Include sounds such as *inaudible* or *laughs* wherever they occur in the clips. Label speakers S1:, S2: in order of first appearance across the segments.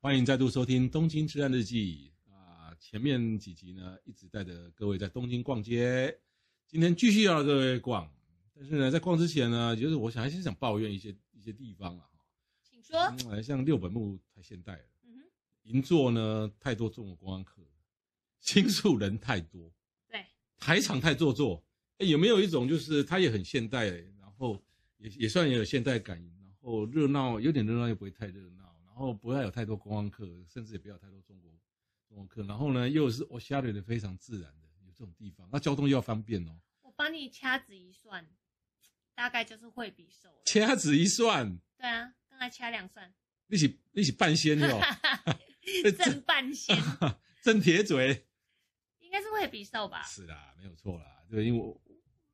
S1: 欢迎再度收听《东京之案日记》啊、前面几集呢一直带着各位在东京逛街，今天继续要让各位逛，但是呢，在逛之前呢，就是我想还是想抱怨一些一些地方啊，
S2: 请说。
S1: 嗯像六本木太现代了，
S2: 嗯哼，
S1: 银座呢太多中国观光客，新宿人太多，
S2: 对，
S1: 台场太做作，诶有没有一种就是它也很现代，然后也也算也有现代感，然后热闹有点热闹又不会太热闹，然后不要有太多观光客，甚至也不要有太多中国中国客，然后呢又是我下 a 的非常自然的有这种地方，那交通又要方便哦。
S2: 我帮你掐指一算，大概就是惠比寿了。
S1: 掐指一算，
S2: 对啊，刚才掐两算，
S1: 一起一起半仙哟，
S2: 正半仙
S1: *laughs* 真铁嘴。
S2: 应该是惠比
S1: *laughs*
S2: 寿吧？
S1: 是啦，没有错啦，对，因为我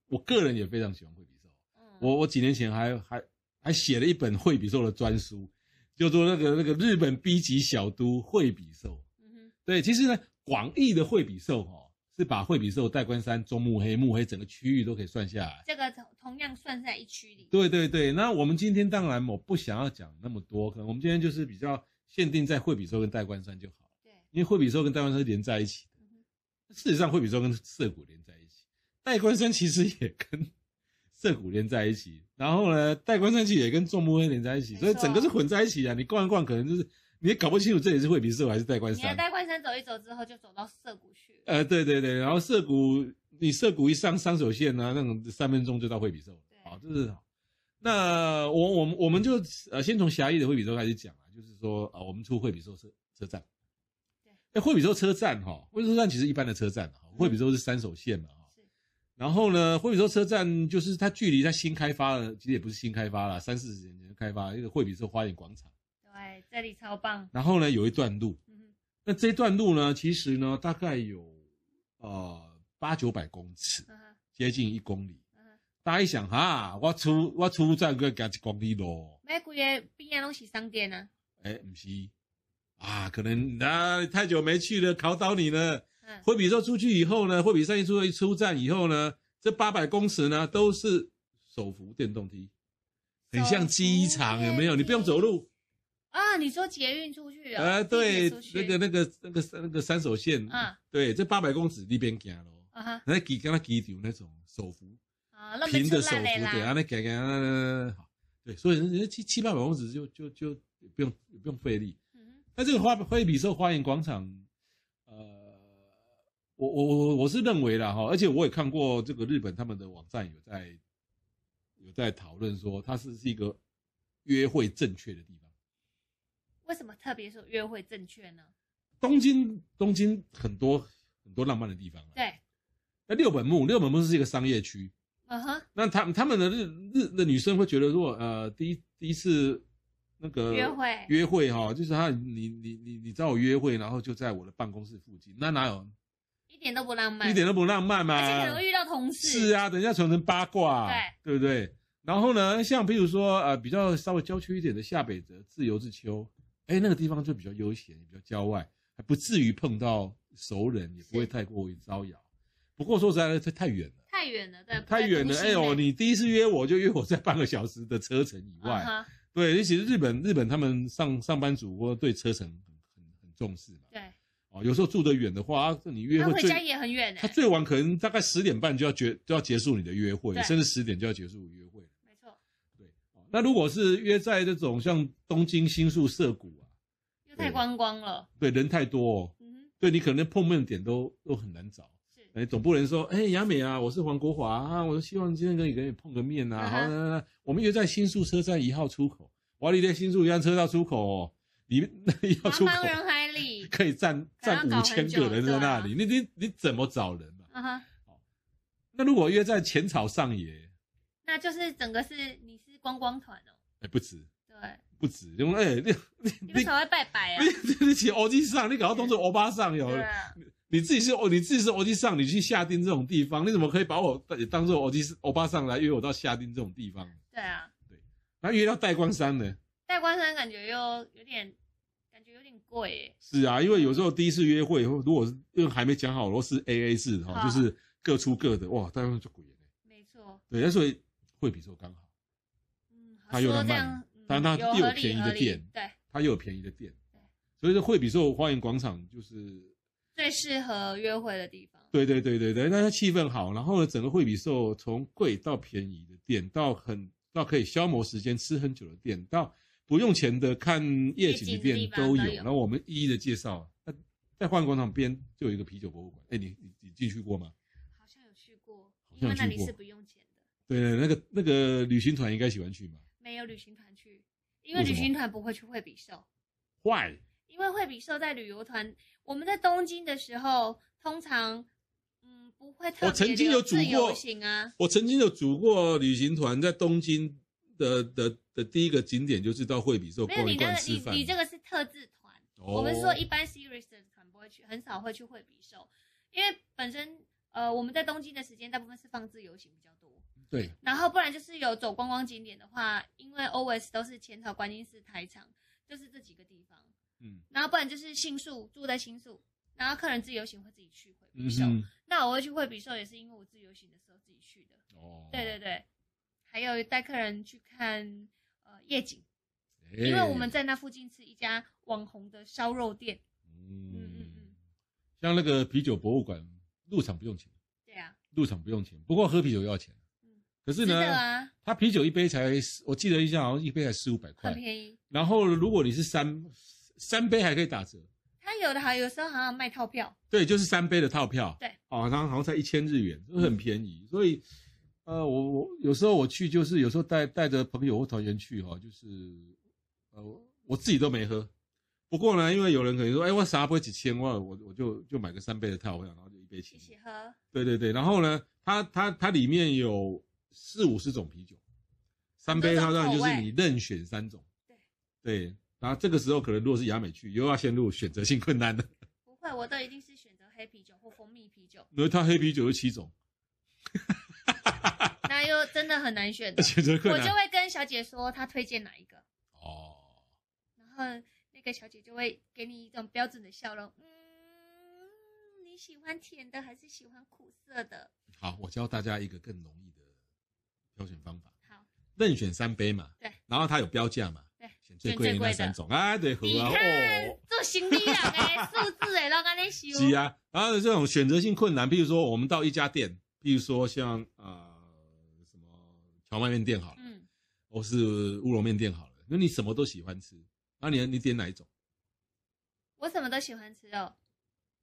S1: 我个人也非常喜欢惠比寿。
S2: 嗯，
S1: 我我几年前还还还写了一本惠比寿的专书，叫做那个那个日本 B 级小都惠比寿。
S2: 嗯哼，
S1: 对，其实呢，广义的惠比寿哦，是把惠比寿、代官山、中目黑、目黑整个区域都可以算下来。
S2: 这个同同样算在一区里。
S1: 对对对，那我们今天当然我不想要讲那么多，可能我们今天就是比较限定在惠比寿跟代官山就好，
S2: 对，
S1: 因为惠比寿跟代官山是连在一起的。
S2: 嗯哼
S1: 事实上，惠比寿跟涩谷连在一起，代官山其实也跟 *laughs* 涩谷连在一起，然后呢，代官山其实也跟众目黑连在一起，
S2: 没
S1: 所
S2: 错
S1: 以整个是混在一起啊。你逛一逛，可能就是你也搞不清楚这里是惠比寿还是代官
S2: 你在
S1: 山。
S2: 代官山走一走之后，就走到涩谷去了。
S1: 呃，对对对，然后涩谷，你涩谷一上山手线啊呢、那种三分钟就到惠比寿了
S2: 对。
S1: 好，这是好。那我我们我们就呃先从狭义的惠比寿开始讲啊，就是说啊、呃我们出惠比寿车车站。
S2: 对
S1: 哎，惠比寿车站哈、惠比寿车站其实一般的车站啊，
S2: 嗯
S1: 惠比寿是三手线嘛哈、
S2: 是，
S1: 然后呢，惠比寿车站就是它距离它新开发的，其实也不是新开发啦，三四十年前就开发一个惠比寿花园广场。
S2: 对，这里超棒。
S1: 然后呢，有一段路，
S2: 嗯哼，
S1: 那这段路呢，其实呢大概有呃八九百公尺，
S2: 嗯哼，
S1: 接近一公里。
S2: 嗯哼，
S1: 大家一想哈，我出我出站个加一公里咯，
S2: 美国的边沿拢是商店啊。
S1: 哎，不是啊，可能啊太久没去了，考倒你了。
S2: 嗯，
S1: 惠比寿出去以后呢，惠比寿一出一出站以后呢，这八百公尺呢都是手扶电动梯，很像机场，有没有？你不用走路，
S2: 啊，你说捷运出去啊？
S1: 呃，对
S2: 地铁出，去
S1: 那个那个那个那个三手线，
S2: 啊
S1: 对，这八百公尺那边行咯，
S2: 啊哈
S1: 那机跟那机场那种手扶
S2: 啊，那
S1: 平
S2: 边
S1: 的
S2: 出
S1: 手扶，
S2: 来嘞
S1: 对啊，
S2: 啦。
S1: 那行行，好，对，所以人家七七八百公尺就就就不用不用费力。
S2: 嗯
S1: 那这个花惠比寿花园广场，呃，我我我我是认为啦哈，而且我也看过这个日本他们的网站有在有在讨论说，它是是一个约会正确的地方。
S2: 哼，为什么特别说约会正确呢？
S1: 东京东京很多很多浪漫的地方啦
S2: 对，
S1: 那六本木六本木是一个商业区，
S2: 嗯哼。
S1: 那他们他们的日日的女生会觉得，如果呃第一第一次那个
S2: 约会
S1: 约会哈、就是他你你你你找我约会，然后就在我的办公室附近，那哪有
S2: 一点都不浪漫，
S1: 一点都不浪漫嘛、
S2: 而且可能会遇到同事。
S1: 是，啊，等一下传成八卦、对不对？然后呢，像比如说呃，比较稍微郊区一点的下北泽、自由之丘，哎，那个地方就比较悠闲，比较郊外，还不至于碰到熟人，也不会
S2: 是
S1: 太过于招摇。不过说实在的，这太远了，
S2: 太远了，对，
S1: 太远了。哎呦，
S2: 呦，
S1: 你第一次约我就约我在半个小时的车程以外，
S2: 啊哈
S1: 对，尤其是日本，日本他们上上班族或对车程很很很重视嘛。
S2: 对，
S1: 哦，有时候住得远的话，啊你约
S2: 他
S1: 会
S2: 回
S1: 最
S2: 家也很远呢
S1: 他，最晚可能大概十点半就要结就要结束你的约会，
S2: 对
S1: 甚至十点就要结束约会了。
S2: 没错，
S1: 对，哦那如果是约在这种像东京新宿涩谷啊，
S2: 又太观光了。
S1: 对，人太多、哦，
S2: 嗯
S1: 对你可能碰面点都都很难找。
S2: 哼，是，
S1: 哎，总不能说，哎，雅美啊，我是黄国华啊，我希望今天跟你跟你碰个面啊。
S2: 嗯
S1: 好，
S2: 哼
S1: 那那那我们约在新宿车站一号出口，我要离在新宿一站车道出口、哦，里面 *laughs* 一号
S2: 茫
S1: 出口
S2: 茫人海
S1: *laughs*
S2: 里，
S1: 可以站
S2: 可能
S1: 站
S2: 要
S1: 五
S2: 搞很
S1: 千
S2: 久
S1: 个人在那
S2: 对啊
S1: 里，你你你怎么找人啊？
S2: 啊哈，
S1: 那如果约在浅草上野，
S2: 那就是整个是你是观光团哦，
S1: 哎，不止，
S2: 对对，
S1: 不止，因为哎，你
S2: 你
S1: 你
S2: 为什么会拜拜啊？
S1: 你你你请欧吉上，你搞到当成欧巴上哟。
S2: 对啊，
S1: *laughs* 你自己是欧，你自己是欧吉上，你去夏丁这种地方，你怎么可以把我也当做欧吉欧巴上来约我到夏丁这种地方？
S2: 对啊，
S1: 然后约到戴光山呢？
S2: 戴冠山感觉又有点，感觉有点贵耶。
S1: 是啊，因为有时候第一次约会，如果是因为还没讲好，如果是 A A 制哈，
S2: 啊
S1: 就是各出各的，哇，当然就鬼了。
S2: 没错，
S1: 对，那所以会比这刚好，
S2: 嗯，
S1: 它又
S2: 说
S1: 浪
S2: 这
S1: 漫
S2: 样，嗯
S1: 但它
S2: 有
S1: 又
S2: 合
S1: 有便
S2: 理
S1: 宜的
S2: 合理
S1: 店，
S2: 对，
S1: 它又有便宜的店
S2: 对，
S1: 所以说会比寿花园广场就是
S2: 最适合约会的地方。
S1: 对对对对对，那它气氛好，然后呢，整个惠比寿从贵到便宜的店，到很到可以消磨时间吃很久的店，到不用钱的看夜景的
S2: 夜
S1: 店
S2: 景的地方
S1: 都有。
S2: 都有
S1: 然后我们一一的介绍。那在花园广场边就有一个啤酒博物馆，哎，你你你进去过吗？
S2: 好像有去过，
S1: 好像
S2: 因为
S1: 有
S2: 那
S1: 去
S2: 里
S1: 过
S2: 是不用钱的，
S1: 对对，那个那个旅行团应该喜欢去嘛。
S2: 没有旅行团去，因为
S1: 为什
S2: 旅
S1: 么
S2: 行团不会去惠比寿，
S1: 坏
S2: 因为惠比寿在旅游团，我们在东京的时候，通常嗯不会特别
S1: 我曾经有
S2: 留
S1: 组
S2: 自由
S1: 过
S2: 行啊，
S1: 我曾经有组过旅行团，在东京的的的第一个景点就是到惠比寿
S2: 没有
S1: 逛一
S2: 你那
S1: 逛
S2: 个
S1: 吃
S2: 你
S1: 饭。
S2: 你这个是特制团，
S1: 哦
S2: 我们说一般 series 的团不会去，很少会去惠比寿，因为本身呃我们在东京的时间大部分是放自由行比较多，
S1: 对
S2: 然后不然就是有走观光景点的话，因为 always 都是浅草观音寺、台场，就是这几个地方。
S1: 嗯
S2: 然后不然就是新宿，住在新宿，然后客人自由行会自己去惠比
S1: 嗯
S2: 寿。
S1: 哼
S2: 那我会去惠比寿，也是因为我自由行的时候自己去的。
S1: 哦，
S2: 对对对，还有带客人去看呃夜景，
S1: 对
S2: 因为我们在那附近吃一家网红的烧肉店。嗯嗯
S1: 嗯
S2: 嗯，
S1: 像那个啤酒博物馆入场不用钱，
S2: 对啊，
S1: 入场不用钱，不过喝啤酒要钱
S2: 嗯。
S1: 可是
S2: 值
S1: 呢，
S2: 得啊，
S1: 他啤酒一杯才，我记得印象好像一杯才四五百块
S2: 很。便宜。
S1: 然后如果你是三三杯还可以打折，
S2: 它有的还有时候好像卖套票，
S1: 对，就是三杯的套票。
S2: 对，
S1: 哦，然后好像才一千日元，就是很便宜。所以，呃，我我有时候我去就是有时候带带着朋友或团员去哈、哦，就是呃我我自己都没喝。不过呢，因为有人可能说，哎，我啥不会几千万，我我就就买个三杯的套票，然后就一杯
S2: 一
S1: 钱。
S2: 起喝。
S1: 对对对，然后呢，它它它里面有四五十种啤酒，三杯它当然就是你任选三种。
S2: 对
S1: 对，然后这个时候可能如果是亚美去，又要陷入选择性困难了，
S2: 不会，我都一定是选择黑啤酒或蜂蜜啤酒，
S1: 因为它黑啤酒有七种， *laughs*
S2: 那又真的很难选的。
S1: 选择
S2: 我
S1: 困
S2: 就
S1: 难。
S2: 会跟小姐说她推荐哪一个，
S1: 哦，
S2: 然后那个小姐就会给你一种标准的笑容。嗯，你喜欢甜的还是喜欢苦涩的？
S1: 好，我教大家一个更容易的挑选方法，
S2: 好，
S1: 任选三杯嘛。
S2: 对。
S1: 然后它有标价嘛。
S2: 对。
S1: 选最贵的那三种啊，对，合
S2: 你
S1: 啊，
S2: 看、
S1: 哦。
S2: 做行
S1: *laughs*
S2: 李人哎，数字哎，老干那修。
S1: 是啊，然后这种选择性困难，譬如说我们到一家店，譬如说像呃什么荞麦面店好了，
S2: 嗯，
S1: 或是乌龙面店好了，那你什么都喜欢吃，那你你点哪一种？
S2: 我什么都喜欢吃哦。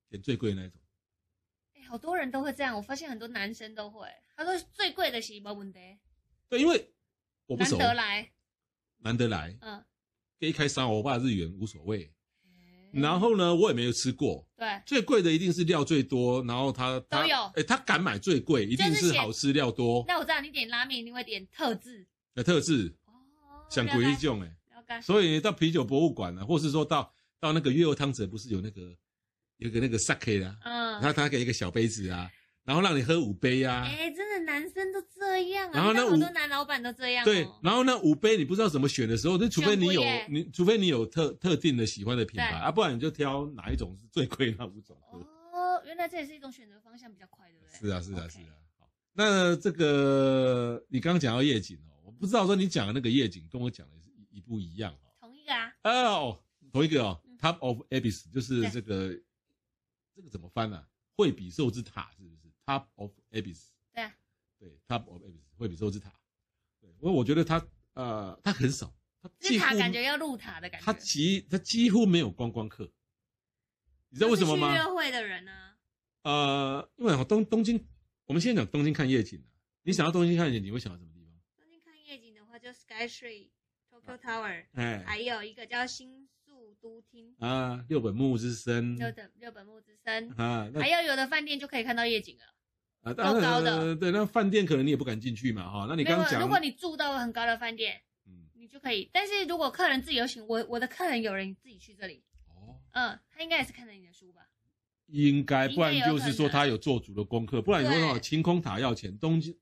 S1: 点最贵的那一种？
S2: 哎，好多人都会这样，我发现很多男生都会。他说最贵的是没问题，
S1: 对，因为我不
S2: 难
S1: 熟，
S2: 得来，
S1: 难得来，
S2: 嗯。
S1: 可以开三欧巴日元无所谓。
S2: 哎
S1: 然后呢，我也没有吃过。
S2: 对，
S1: 最贵的一定是料最多，然后他他
S2: 都有
S1: 哎，他敢买最贵，一定
S2: 就是
S1: 是
S2: 写
S1: 好吃料多
S2: 那我知道你点拉面一定会点特制
S1: 的特质，
S2: 哦，
S1: 想
S2: 了
S1: 鬼一
S2: 解，
S1: 种哎。
S2: 了解
S1: 所以到啤酒博物馆呢、啊，或是说到到那个月后汤泽，不是有那个有一个那个 sake 啦、
S2: 嗯
S1: 然，后他给一个小杯子啊，然后让你喝五杯啊，
S2: 哎、真的男生都这样啊！
S1: 然后
S2: 你
S1: 那
S2: 看好
S1: 五
S2: 多男老板都这样、哦。
S1: 对，然后那五杯你不知道怎么选的时候，那除非你有
S2: 选不
S1: 你除非你有特特定的喜欢的品牌
S2: 对
S1: 啊，不然你就挑哪一种是最贵那五种喝。
S2: 哦，原来这也是一种选择方向比较快，对不对？
S1: 是啊，是啊，
S2: OK
S1: 是啊。好，那这个你刚刚讲到夜景哦，我不知道说你讲的那个夜景跟我讲的是一一不一样哦。
S2: 同意啊，
S1: 哦，同一个哦
S2: 嗯
S1: ，Top of Abyss 就是
S2: 对
S1: 这个，这个怎么翻啊？惠比寿之塔是不是？Top of Abyss
S2: 对啊，
S1: 对，Top of Abyss 惠比寿之塔。对，因为我觉得它呃，它很少，它
S2: 日
S1: 几乎
S2: 塔感觉要入塔的感觉。
S1: 它几它几乎没有观光客，你知道为什么
S2: 就是去约
S1: 吗？
S2: 会的人啊，
S1: 呃，因为东东京，我们现在讲东京看夜景啊，你想到东京看夜景，你会想到什么地方？
S2: 东京看夜景的话，就 Sky
S1: 啊
S2: Tree、Tokyo Tower，、还嗯
S1: 哎
S2: 有一个叫新宿都厅、
S1: 啊，六本木之森
S2: 六本六本木之森，
S1: 嗯啊，那
S2: 还有有的饭店就可以看到夜景了。
S1: 啊，
S2: 高高的
S1: 呃对，那饭店可能你也不敢进去嘛，哈、那你
S2: 没有
S1: 刚刚，讲，
S2: 如果你住到很高的饭店，
S1: 嗯，
S2: 你你就可以。但是如果客人自己有请，我我的客人有人自己去这里，
S1: 哦，
S2: 嗯，他应该也是看着你的书吧？
S1: 应该，不然
S2: 应该有
S1: 就
S2: 可
S1: 是说
S2: 能
S1: 他有做足了功课，不然你说哦，
S2: 对
S1: 晴空塔要钱，东京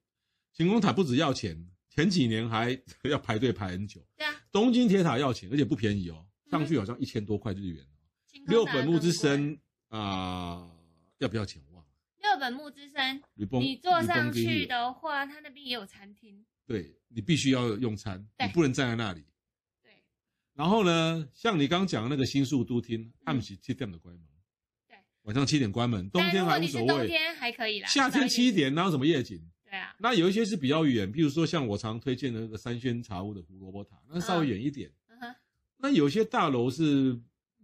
S1: 晴空塔不只要钱，前几年还 *laughs* 要排队排很久，
S2: 对啊，
S1: 东京铁塔要钱，而且不便宜哦，
S2: 嗯
S1: 上去好像一千多块日元，哦
S2: 晴空
S1: 六
S2: 塔
S1: 本木之
S2: 更贵，
S1: 森啊、要不要钱我忘了，
S2: 六本木之森，
S1: 吕崩
S2: 你坐上
S1: 吕崩町
S2: 去
S1: 也
S2: 的话，它那边也有餐厅，
S1: 对你必须要用餐，你
S2: 对
S1: 不能站在那里。
S2: 对
S1: 然后呢，像你刚刚讲的那个新宿都厅，他们是七点的关门，
S2: 对，
S1: 晚上七点关门，冬
S2: 但
S1: 天
S2: 如果
S1: 还无
S2: 你是
S1: 所
S2: 冬
S1: 谓，
S2: 天还可以啦，
S1: 夏天七
S2: 11，
S1: 点哪有什么夜景？
S2: 对啊，
S1: 那有一些是比较远，比如说像我常推荐的那个三轩茶屋的胡萝卜塔，那稍微远一点。
S2: 嗯哼，
S1: 那有些大楼是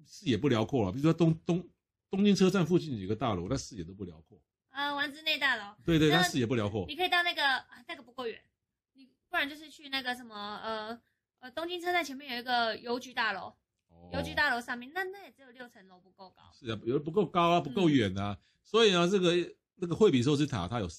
S1: 视野不辽阔了，比如说东东东京车站附近有个大楼，那视野都不辽阔。
S2: 啊，丸之内大楼，
S1: 对对，
S2: 那
S1: 它视野不辽阔
S2: 你。可以到那个啊，那个不够远，你不然就是去那个什么呃呃东京车站前面有一个邮局大楼，
S1: 哦
S2: 邮局大楼上面，那那也只有六层楼，不够高。
S1: 是啊，有的不够高啊，不够远啊，所以啊，这个那个惠比寿司塔它有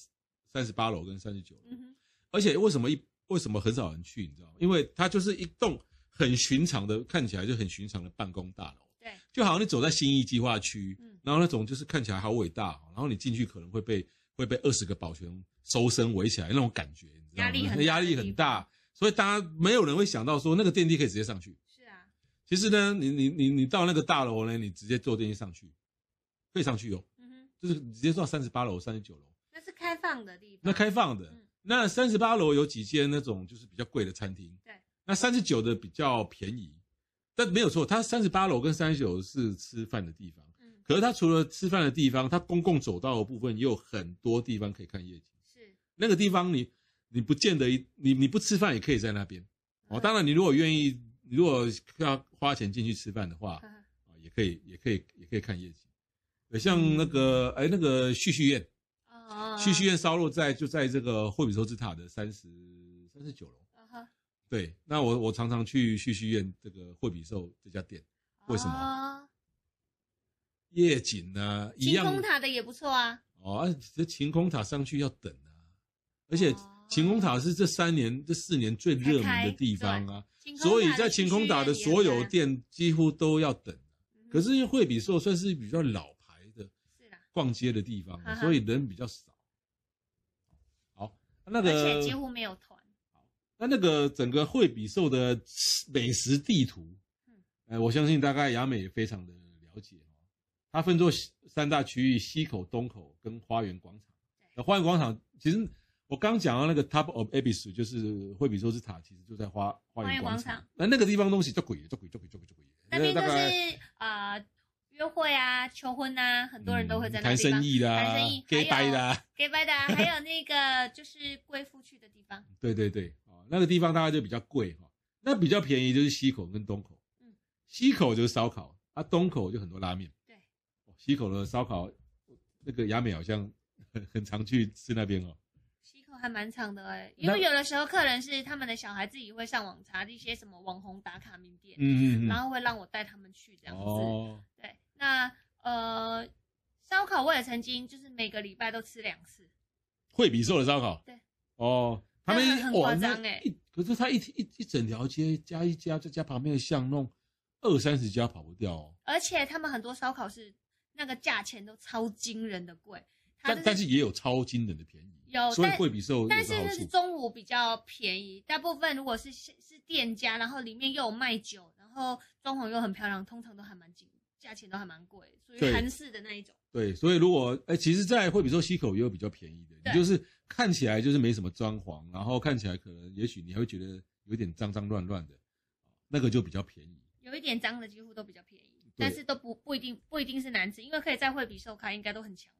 S1: 三十八楼跟三十九楼，
S2: 嗯哼，
S1: 而且为什么一为什么很少人去，你知道吗？因为它就是一栋很寻常的，看起来就很寻常的办公大楼，
S2: 对，
S1: 就好像你走在新义计划区，
S2: 嗯
S1: 然后那种就是看起来好伟大、哦，然后你进去可能会被会被二十个保全搜身围起来那种感觉，你知道吗？
S2: 压力很
S1: 那 *laughs*
S2: 大
S1: 压力
S2: 的地
S1: 很
S2: 方
S1: 大，所以大家没有人会想到说那个电梯可以直接上去。
S2: 是啊，
S1: 其实呢，你你你你到那个大楼呢，你直接坐电梯上去，可以上去哦，
S2: 嗯哼，
S1: 就是你直接到三十八楼、三十九楼，
S2: 那是开放的地方。
S1: 那开放的。
S2: 嗯
S1: 那三十八楼有几间那种就是比较贵的餐厅，
S2: 对。
S1: 那三十九的比较便宜，但没有错，它三十八楼跟三十九是吃饭的地方，
S2: 嗯，
S1: 可是它除了吃饭的地方，它公共走道的部分也有很多地方可以看夜景。
S2: 是。
S1: 那个地方你你不见得一你你不吃饭也可以在那边
S2: 嗯
S1: 哦。当然，你如果愿意，你如果要花钱进去吃饭的话，
S2: 呵呵
S1: 啊，也可以，也可以，也可以看夜景。对，像那个，哎，那个旭旭苑，
S2: 哦
S1: 旭旭苑烧肉在就在这个惠比寿之塔的三十三十九楼。
S2: 嗯哼
S1: 对，那我我常常去旭旭苑这个惠比寿这家店，为什么
S2: 哦
S1: 夜景呢、一
S2: 晴
S1: 样
S2: 空塔的也不错啊。
S1: 哦，啊这晴空塔上去要等啊，而且晴空塔是这三年这四年最热门的地方啊，
S2: 晴空塔
S1: 所以
S2: 的
S1: 在晴空塔的
S2: 区域也
S1: 所
S2: 很
S1: 有
S2: 大，
S1: 店几乎都要等。
S2: 嗯
S1: 可是惠比寿算是比较老牌的
S2: 是啦，
S1: 逛街的地方
S2: 哈，哈
S1: 所以人比较少。好，那
S2: 而且几
S1: 个
S2: 乎没有团。
S1: 那那个整个惠比寿的美食地图
S2: 嗯，
S1: 呃，我相信大概雅美也非常的了解哦。它分作西三大区域：西口、东口跟花园广场。呃花园广场其实我刚讲到那个 Top of Abyss，就是惠比寿之塔，其实就在花花
S2: 花
S1: 园
S2: 园
S1: 广
S2: 广
S1: 场
S2: 场。
S1: 那那个地方东西叫鬼，叫鬼，叫鬼，叫鬼，叫鬼。
S2: 那边就
S1: 大概
S2: 是呃约会啊、求婚啊，很多人都会在那
S1: 嗯谈
S2: 地
S1: 生
S2: 方。
S1: 意啦，
S2: 谈生意
S1: gay
S2: 还
S1: 拜
S2: 有
S1: 啦，
S2: 给白的啊，还有那个就是贵妇去的地方。
S1: 对对对，哦，那个地方大概就比较贵哈、那比较便宜就是西口跟东口，
S2: 嗯
S1: 西口就是烧烤，啊，东口就很多拉面，
S2: 对
S1: 哦，西口的烧烤，那个雅美好像很很常去吃那边哦，
S2: 西口还蛮长的哎、因
S1: 那
S2: 为有的时候客人是他们的小孩自己会上网查一些什么网红打卡名店，
S1: 嗯嗯
S2: 然后会让我带他们去这样子。
S1: 哦，
S2: 对，那呃，烧烤我也曾经就是每个礼拜都吃两次，
S1: 惠比寿的烧烤，
S2: 对，
S1: 哦，他们
S2: 那
S1: 一
S2: 很很
S1: 哇
S2: 夸
S1: 那
S2: 张欸
S1: 一可是他一一一整条街加一家再加旁边的巷弄，二三十家跑不掉哦，
S2: 而且他们很多烧烤是那个价钱都超惊人的贵，它
S1: 但但是也有超惊人的便宜，
S2: 有
S1: 所以
S2: 哦但
S1: 惠比寿有
S2: 但
S1: 个
S2: 是
S1: 好
S2: 这
S1: 处
S2: 是。中午比较便宜，大部分如果是是是店家，然后里面又有卖酒，然后装潢又很漂亮，通常都还蛮紧，价钱都还蛮贵，属于
S1: 对
S2: 韩式的那一种。
S1: 对，所以如果哎、其实，在惠比寿西口也有比较便宜的，
S2: 对
S1: 你就是看起来就是没什么装潢，然后看起来可能也许你还会觉得有点脏脏乱乱的，那个就比较便宜。
S2: 有一点脏的几乎都比较便宜，但是都不不一定不一定是难吃，因为可以在惠比寿开，应该都很强。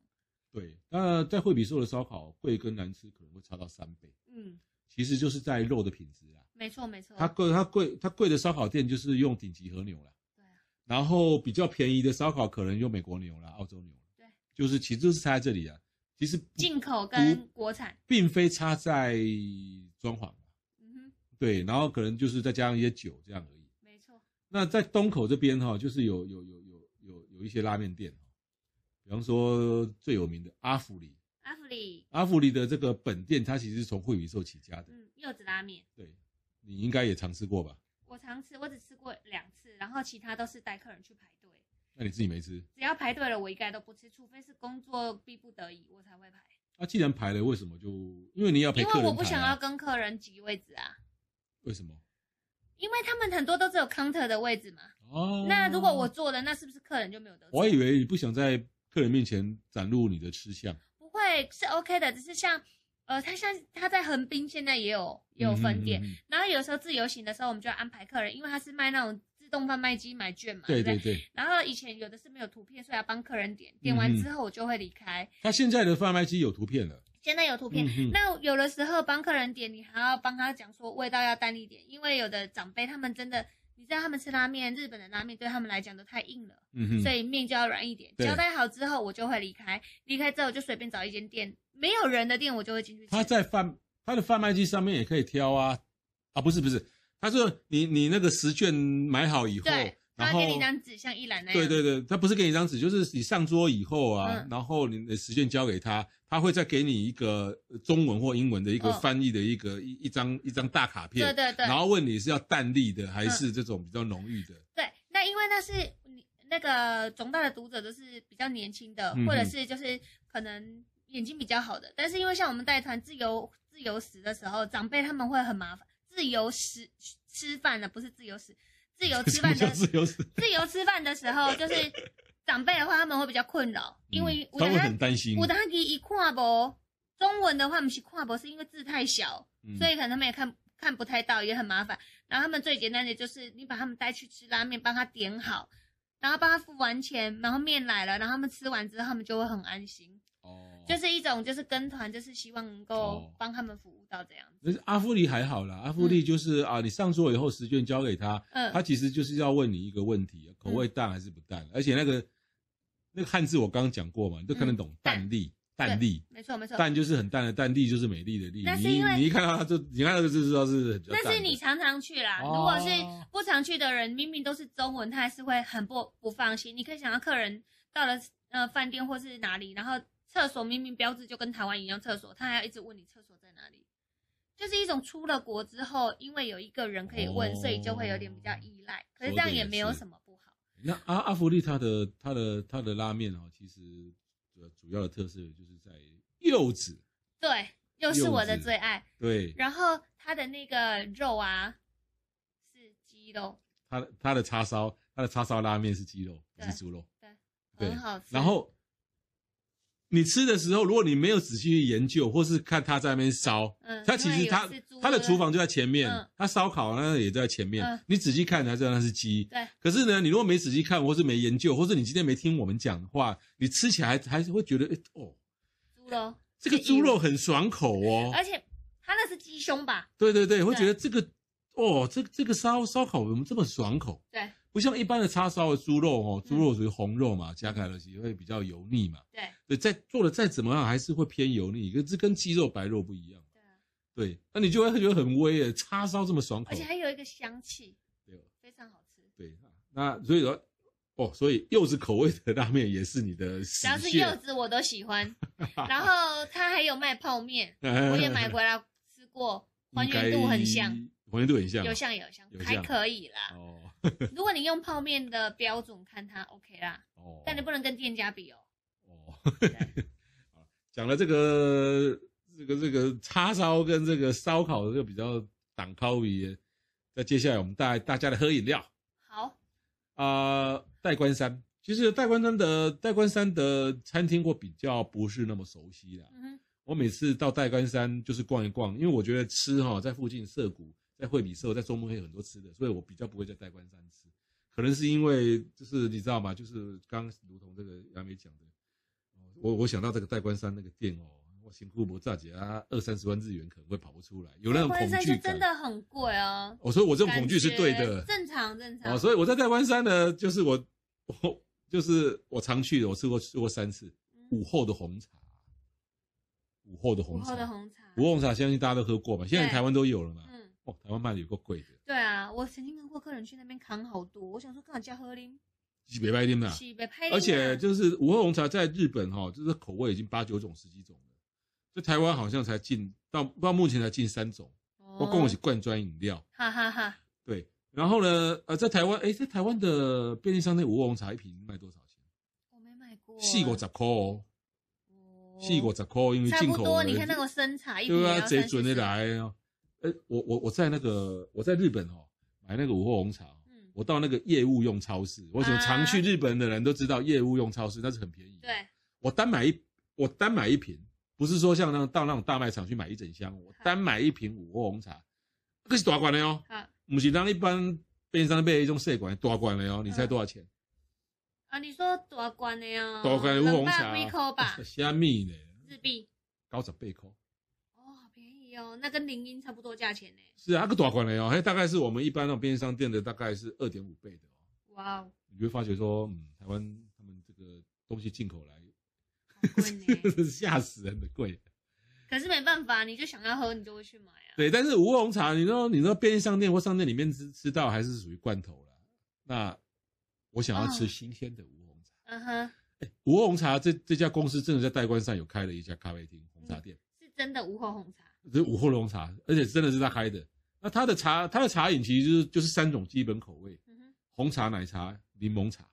S1: 对，那在惠比寿的烧烤贵跟难吃可能会差到三倍，
S2: 嗯，
S1: 其实就是在肉的品质啦。
S2: 没错没错。
S1: 它贵，它贵，它贵的烧烤店就是用顶级和牛啦，
S2: 对啊，
S1: 然后比较便宜的烧烤可能用美国牛啦、澳洲牛啦，
S2: 对，
S1: 就是其实就是差在这里啊。其实不
S2: 进口跟国产，
S1: 并非差在装潢。啊
S2: 嗯哼，
S1: 对，然后可能就是再加上一些酒这样而已。
S2: 没错。
S1: 那在东口这边哈、就是有有有有有有一些拉面店、比方说最有名的阿福里，
S2: 阿芙里，
S1: 阿福里的这个本店它其实是从惠比寿起家的，
S2: 嗯，柚子拉面，
S1: 对，你应该也尝试过吧？
S2: 我常吃，我只吃过两次，然后其他都是带客人去排队。
S1: 那你自己没吃？
S2: 只要排队了，我一概都不吃，除非是工作逼不得已，我才会排。
S1: 啊，既然排了，为什么就因为你要陪
S2: 因
S1: 客人、
S2: 为
S1: 啊？
S2: 我不想要跟客人挤位置啊，
S1: 为什么？
S2: 因为他们很多都只有 counter 的位置嘛。
S1: 哦，
S2: 那如果我坐了，那是不是客人就没有得坐？
S1: 我还以为你不想在客人面前展露你的吃相，
S2: 不会是 OK 的，只是像呃，他像他在横滨现在也有也有分店，
S1: 嗯嗯嗯嗯
S2: 然后有时候自由行的时候，我们就要安排客人，因为他是卖那种自动贩卖机买券嘛，
S1: 对
S2: 不
S1: 对对，
S2: 然后以前有的是没有图片，所以要帮客人点，点
S1: 嗯
S2: 完之后我就会离开。
S1: 他现在的贩卖机有图片了。
S2: 现在有图片，
S1: 嗯哼，
S2: 那有的时候帮客人点，你还要帮他讲说味道要淡一点，因为有的长辈他们真的，你知道他们吃拉面，日本的拉面对他们来讲都太硬了，
S1: 嗯哼，
S2: 所以面就要软一点。
S1: 对
S2: 交代好之后，我就会离开，离开之后我就随便找一间店，没有人的店我就会进去吃。
S1: 他在贩他的贩卖机上面也可以挑啊啊，不是不是，他说你你那个十卷买好以后
S2: 对，，
S1: 然
S2: 他
S1: 后
S2: 会给你一张纸，像一览那样。
S1: 对对对，他不是给你一张纸，就是你上桌以后啊，
S2: 嗯
S1: 然后你的时间交给他，他会再给你一个呃中文或英文的一个
S2: 哦
S1: 翻译的一个、一一张一张大卡片，
S2: 对对对
S1: 然后问你是要淡丽的还是这种比较浓郁的，
S2: 对，那因为那是你那个总大的读者都是比较年轻的，
S1: 嗯
S2: 或者是就是可能眼睛比较好的，但是因为像我们带团自由自由食的时候，长辈他们会很麻烦。自由食吃饭的不是自由食，自由吃
S1: 什么
S2: 饭
S1: 叫 *laughs*
S2: 的
S1: 自由式？
S2: 自由吃饭的时候，就是长辈的话他们会比较困扰， *laughs* 因为
S1: 嗯
S2: 我
S1: 他会
S2: 当
S1: 很担心，
S2: 我当他一看不中文的话不是看不，是因为字太小，
S1: 嗯
S2: 所以可能他们也看看不太到，也很麻烦。然后他们最简单的就是你把他们带去吃拉面，帮他点好，然后帮他付完钱，然后面来了，然后他们吃完之后，他们就会很安心，
S1: 哦，。
S2: 就是是一种就是跟团，就是希望能
S1: 哦
S2: 够帮他们服务到这样子。
S1: 阿芙丽还好啦，阿芙丽就是、啊，你上桌以后时间交给他，
S2: 嗯，
S1: 他其实就是要问你一个问题：口味淡还是不淡？而且那个那个汉字我刚刚讲过嘛，你都看得懂
S2: 嗯
S1: “淡丽”，淡丽，
S2: 没错没错，
S1: 淡就是很淡的淡，丽就是美丽的丽。
S2: 那是
S1: 你
S2: 因为
S1: 你一看到它就，你看到就知道是很比较淡的
S2: 那是你常常去啦。
S1: 哦
S2: 如果是不常去的人，明明都是中文，他还是会很不不放心。你可以想到客人到了呃饭店或是哪里，然后厕所明明标志就跟台湾一样厕所，他还要一直问你厕所在哪里，就是一种出了国之后，因为有一个人可以问，
S1: 哦
S2: 所以就会有点比较依赖。可是这样也没有什么不好。
S1: 那阿阿福利它的它的它的拉面哦，其实主主要的特色就是在柚子，
S2: 对，又是我的最爱。
S1: 对
S2: 然后他的那个肉啊，是鸡肉，
S1: 它的它的叉烧，它的叉烧拉面是鸡肉，不是
S2: 对
S1: 猪肉。对
S2: 很好吃。
S1: 然后你吃的时候，如果你没有仔细去研究，或是看它在那边烧，
S2: 嗯
S1: 它其
S2: 因
S1: 实
S2: 为
S1: 它
S2: 有一次猪
S1: 它的厨房就在前面
S2: 嗯，
S1: 它烧烤那也在前面
S2: 嗯，
S1: 你仔细看才知道那是鸡。
S2: 对。
S1: 可是呢，你如果没仔细看，或是没研究，或是你今天没听我们讲的话，你吃起来还是会觉得，诶哦，
S2: 猪肉，
S1: 这个猪肉很爽口哦。
S2: 而且它那是鸡胸吧？
S1: 对对对，会觉得这个，哦，这这个烧烧烤怎么这么爽口？
S2: 对
S1: 不像一般的叉烧的猪肉哦，猪
S2: 嗯
S1: 肉属于红肉嘛，加开了也会比较油腻嘛。
S2: 对
S1: 对，再做的再怎么样还是会偏油腻，可是跟鸡肉白肉不一样。
S2: 对啊，
S1: 对，那你就会觉得很微诶，叉烧这么爽口
S2: 而且。还有一个香气，
S1: 对哦
S2: 非常好吃。
S1: 对，啊那所以说，哦，所以柚子口味的拉面也是你的死
S2: 只要是
S1: 穴
S2: 柚，子我都喜欢，
S1: *laughs*
S2: 然后它还有卖泡面，
S1: 我
S2: 我也买
S1: *laughs*
S2: 回来吃过，还原度很像，，
S1: 还原度很像哦，
S2: 有像有像
S1: 有，像
S2: 还可以啦。
S1: 哦
S2: 如果你用泡面的标准看它 OK 啦，
S1: 哦，
S2: 但你不能跟店家比哦。
S1: 哦，好 *laughs* 讲了这个这个这个叉烧跟这个烧烤的这个比较挡烤鱼，那接下来我们带大家来喝饮料。
S2: 好，
S1: 啊，代官山。其实代官山的代官山的餐厅我比较不是那么熟悉啦。
S2: 嗯哼，
S1: 我每次到代官山就是逛一逛，因为我觉得吃哈、在附近涩谷、在惠比寿、在中目黑有很多吃的，所以我比较不会在代官山吃。可能是因为就是你知道吗？就是刚如同这个杨梅讲的，哦我我想到这个代官山那个店哦，我辛苦不炸姐啊，二三十万日元可能会跑不出来，有那种恐
S2: 关山
S1: 惧
S2: 就
S1: 感。
S2: 真的很贵哦。
S1: 哦，所以我这种恐惧是对的
S2: 感觉。正常正常。
S1: 哦，所以我在代官山呢，就是我我就是我常去的，我吃过吃过三次。
S2: 嗯
S1: 午后的红茶，午后的
S2: 午
S1: 红茶，
S2: 后的红茶，
S1: 午后红茶相信大家都喝过嘛，现在
S2: 对
S1: 台湾都有了嘛。
S2: 嗯。
S1: 哦，台湾卖的有够贵的，
S2: 对啊，我曾经跟过客人去那边扛好多，我想说刚好叫喝啉，
S1: 几百块店嘛。
S2: 是被拍
S1: 啊
S2: 啊
S1: 而且就是午后红茶在日本哈、就是口味已经八九种、十几种了，在台湾好像才进到到目前才进三种。我
S2: 我
S1: 供我是罐装饮料。
S2: 哦哈哈哈，
S1: 对，然后呢，呃，在台湾，诶，在台湾的便利商店无红茶一瓶卖多少钱？
S2: 我没买过，
S1: 四五十块哦，
S2: 哦，
S1: 四五十块，因为
S2: 差
S1: 进
S2: 不
S1: 口
S2: 多。
S1: 的。
S2: 你看那个生茶一瓶
S1: 对
S2: 也
S1: 啊，
S2: 要
S1: 贼
S2: 30
S1: 准的
S2: 四，
S1: 来啊！哎，我我我在那个我在日本哦，买那个午后红茶，哦
S2: 嗯，
S1: 我到那个业务用超市，我想常去日本的人都知道业务用超市那是很便宜。，
S2: 啊对，
S1: 我单买一我单买一瓶，不是说像那种到那种大卖场去买一整箱，我单买一瓶午后红茶，那个是大罐的哦，
S2: 好
S1: 不是当一般便利商店卖的一种细罐大罐的哦，你
S2: 嗯
S1: 猜多少钱？
S2: 啊，你说多关的呀？
S1: 大罐的乌红茶，，
S2: v i c o 吧
S1: *laughs* 虾米呢？
S2: 日币，
S1: 高十八块。
S2: 哦，好便宜哦，那跟零音差不多价钱呢。
S1: 是啊，那个大罐的哦，嘿，大概是我们一般那种便利商店的大概是二点五倍的哦。
S2: 哇哦，
S1: 你会发觉说，嗯，台湾他们这个东西进口来， *laughs*
S2: 好贵呢。
S1: 吓死人的贵。
S2: 可是没办法，你就想要喝，你就会去买啊。
S1: 对，但是无红茶，你说你说便利商店或商店里面吃吃到还是属于罐头啦。那我想要吃
S2: 哦
S1: 新鲜的无红茶。
S2: 嗯哼，
S1: 无红茶这这家公司真的在代官山有开了一家咖啡厅红茶店，
S2: 是真的无后红茶。
S1: 这午后红茶，而且真的是他开的。那他的茶，他的茶饮其实就是就是三种基本口味：
S2: 嗯
S1: 红茶、奶茶、柠檬茶。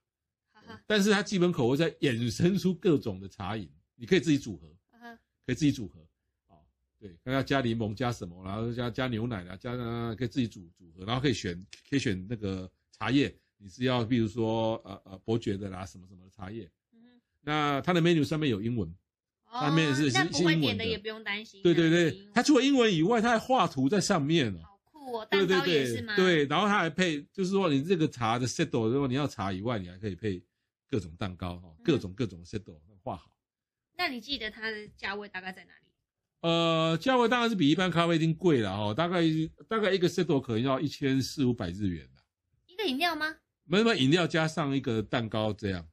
S2: 哼，哈哈，
S1: 但是它基本口味在衍生出各种的茶饮，你可以自己组合。
S2: 哈哈，
S1: 可以自己组合。哦，对，看要加柠檬加什么，然后加加牛奶啊，加呃可以自己组组合，然后可以选可以选那个茶叶，你是要比如说呃呃伯爵的啦，什么什么的茶叶。
S2: 嗯
S1: 那它的 menu 上面有英文，
S2: 哼，
S1: 上面是
S2: 哦那
S1: 是
S2: 不会
S1: 英文
S2: 点
S1: 的
S2: 也不用担心。
S1: 对对
S2: 那是英
S1: 对
S2: 文，
S1: 它除了英文以外，它还画图在上面哦。
S2: 好酷哦，
S1: 对
S2: 蛋
S1: 对
S2: 糕也是
S1: 对
S2: 吗？，
S1: 对，然后它还配，就是说你这个茶的 set，如果你要茶以外，你还可以配各种蛋糕哦，
S2: 嗯
S1: 各种各种 set 画好。
S2: 那你记得它的价位大概在哪里？
S1: 呃，价位当然是比一般咖啡厅贵了哦，大概大概一个 set 可能要一千四五百日元的，
S2: 一个饮料吗？
S1: 没有没有饮料加上一个蛋糕这样，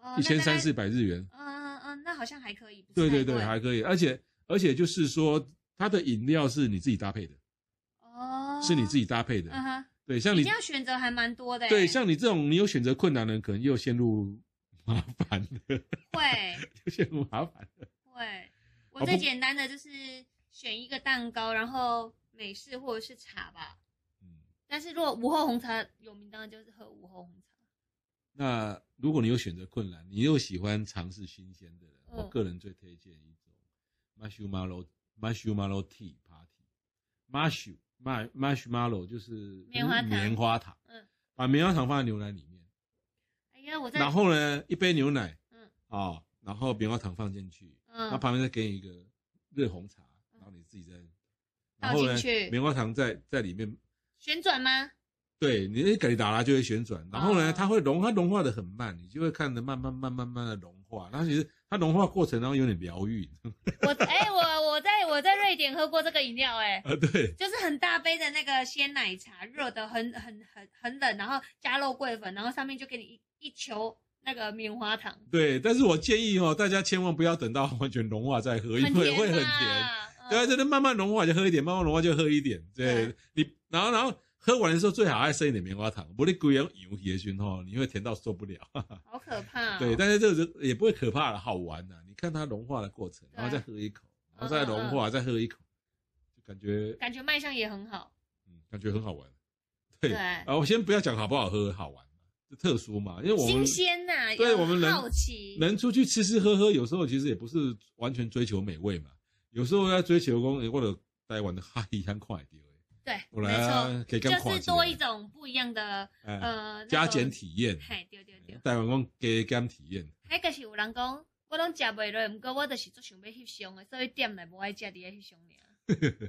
S2: 哦
S1: 一千三四。
S2: 那大概
S1: 百日元，
S2: 嗯嗯嗯，那好像还可以。不是
S1: 对对
S2: 太
S1: 对，
S2: 贵
S1: 还可以，而且而且就是说，它的饮料是你自己搭配的，
S2: 哦，
S1: 是你自
S2: 己。
S1: 己搭配的，
S2: 嗯哼，
S1: 对，像
S2: 一
S1: 你
S2: 定要选择还蛮多的欸耶。
S1: 对像你这种你有选择困难的人，可能又陷入麻烦的， *laughs*
S2: 会
S1: 又陷入麻烦的，
S2: 会，
S1: 啊
S2: 我最
S1: 不
S2: 简单的就是选一个蛋糕，然后美式或者是茶吧。
S1: 嗯，
S2: 但是如果午后红茶有名，当然就是喝午后红茶。
S1: 那如果你有选择困难，你又喜欢尝试新鲜的人，
S2: 嗯
S1: 我个人最推荐一种 marshmallow marshmallow tea party marsh mar marshmallow 就是
S2: 棉花糖
S1: 棉花糖，
S2: 嗯
S1: 把棉花糖放在牛奶里面，
S2: 哎呀，我在
S1: 然后呢一杯牛奶，
S2: 嗯
S1: 哦，然后棉花糖放进去，那、
S2: 嗯
S1: 旁边再给你一个热红茶，然后你自己再，然
S2: 倒
S1: 后
S2: 进
S1: 呢
S2: 去
S1: 棉花糖在在里面
S2: 旋转吗？
S1: 对，你那咖喱达拉就会旋转，然后呢，
S2: 哦
S1: 它会融，它融化的很慢，你就会看着慢慢慢慢慢的融化。然后其实它融化过程当中有点疗愈 *laughs*
S2: *laughs* 我哎、我我在我在瑞典喝过这个饮料、哎。
S1: 啊，对
S2: 就是很大杯的那个鲜奶茶，热的很很很很冷，然后加肉桂粉，然后上面就给你一一球那个棉花糖，
S1: 对。但是我建议哦，大家千万不要等到完全融化再喝，因为哎会很甜。
S2: 吧
S1: 对，
S2: 啊
S1: 啊
S2: 嗯
S1: 真的慢慢融化就喝一点，慢慢融化就喝一点。对
S2: 嗯
S1: 你，然后然后喝完的时候最好还剩一点棉花糖，不然鬼样油也熏哦，你会甜到受不了。
S2: 好可怕、哦。
S1: 对，但是这个人也不会可怕了，好玩呐、你看它融化的过程，
S2: 对
S1: 然后再喝一口，然后再融化，再喝一口，就感觉
S2: 感觉卖相也很好。
S1: 嗯，感觉很好玩。对
S2: 对，
S1: 啊，我先不要讲好不好喝，好玩，就特殊嘛，因为我们
S2: 新鲜呐、
S1: 对
S2: 有
S1: 我们人
S2: 好奇，
S1: 能出去吃吃喝喝，有时候其实也不是完全追求美味嘛，有时候要追求讲或者台湾的哈一样快点，
S2: 对，
S1: 我来
S2: 没
S1: 啊
S2: 错，
S1: 可以跟
S2: 就是多一种不一样的
S1: 哎，
S2: 呃
S1: 加减。体验
S2: 那，种嘿，对对对，
S1: 台湾讲加减体验，
S2: 还就是有人讲，我拢食袂落，毋过我就是足想要翕相的，所以店内无爱食，伫遐翕相 尔。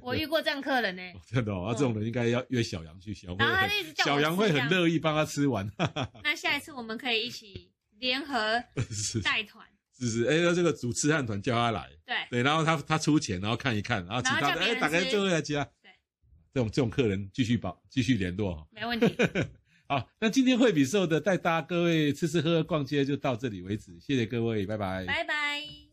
S1: *laughs*
S2: 我遇过这样客人呢、
S1: 哦真的哦，啊，这种人应该要约小杨去，小
S2: 然后他
S1: 杨
S2: 嗯啊
S1: 会
S2: 就一
S1: 很
S2: 直叫我啊
S1: 小杨会很乐意帮他吃完，
S2: 那下一次我们可以一起联合
S1: *laughs* 是
S2: 带团，
S1: 是是，哎、那这个主吃汉团叫他来，
S2: 对，
S1: *laughs* 对，然后他他出钱，然后看一看，然后其
S2: 然后
S1: 他
S2: 叫
S1: 的
S2: 别
S1: 哎，
S2: 人
S1: 打开
S2: 吃
S1: 最后来加，
S2: 对，
S1: 这种这种客人继续保继续联络哦。
S2: 没
S1: *laughs*
S2: 问题。
S1: 好，那今天惠比寿的带大家各位吃吃喝喝逛街就到这里为止，谢谢各位，拜拜
S2: 拜拜。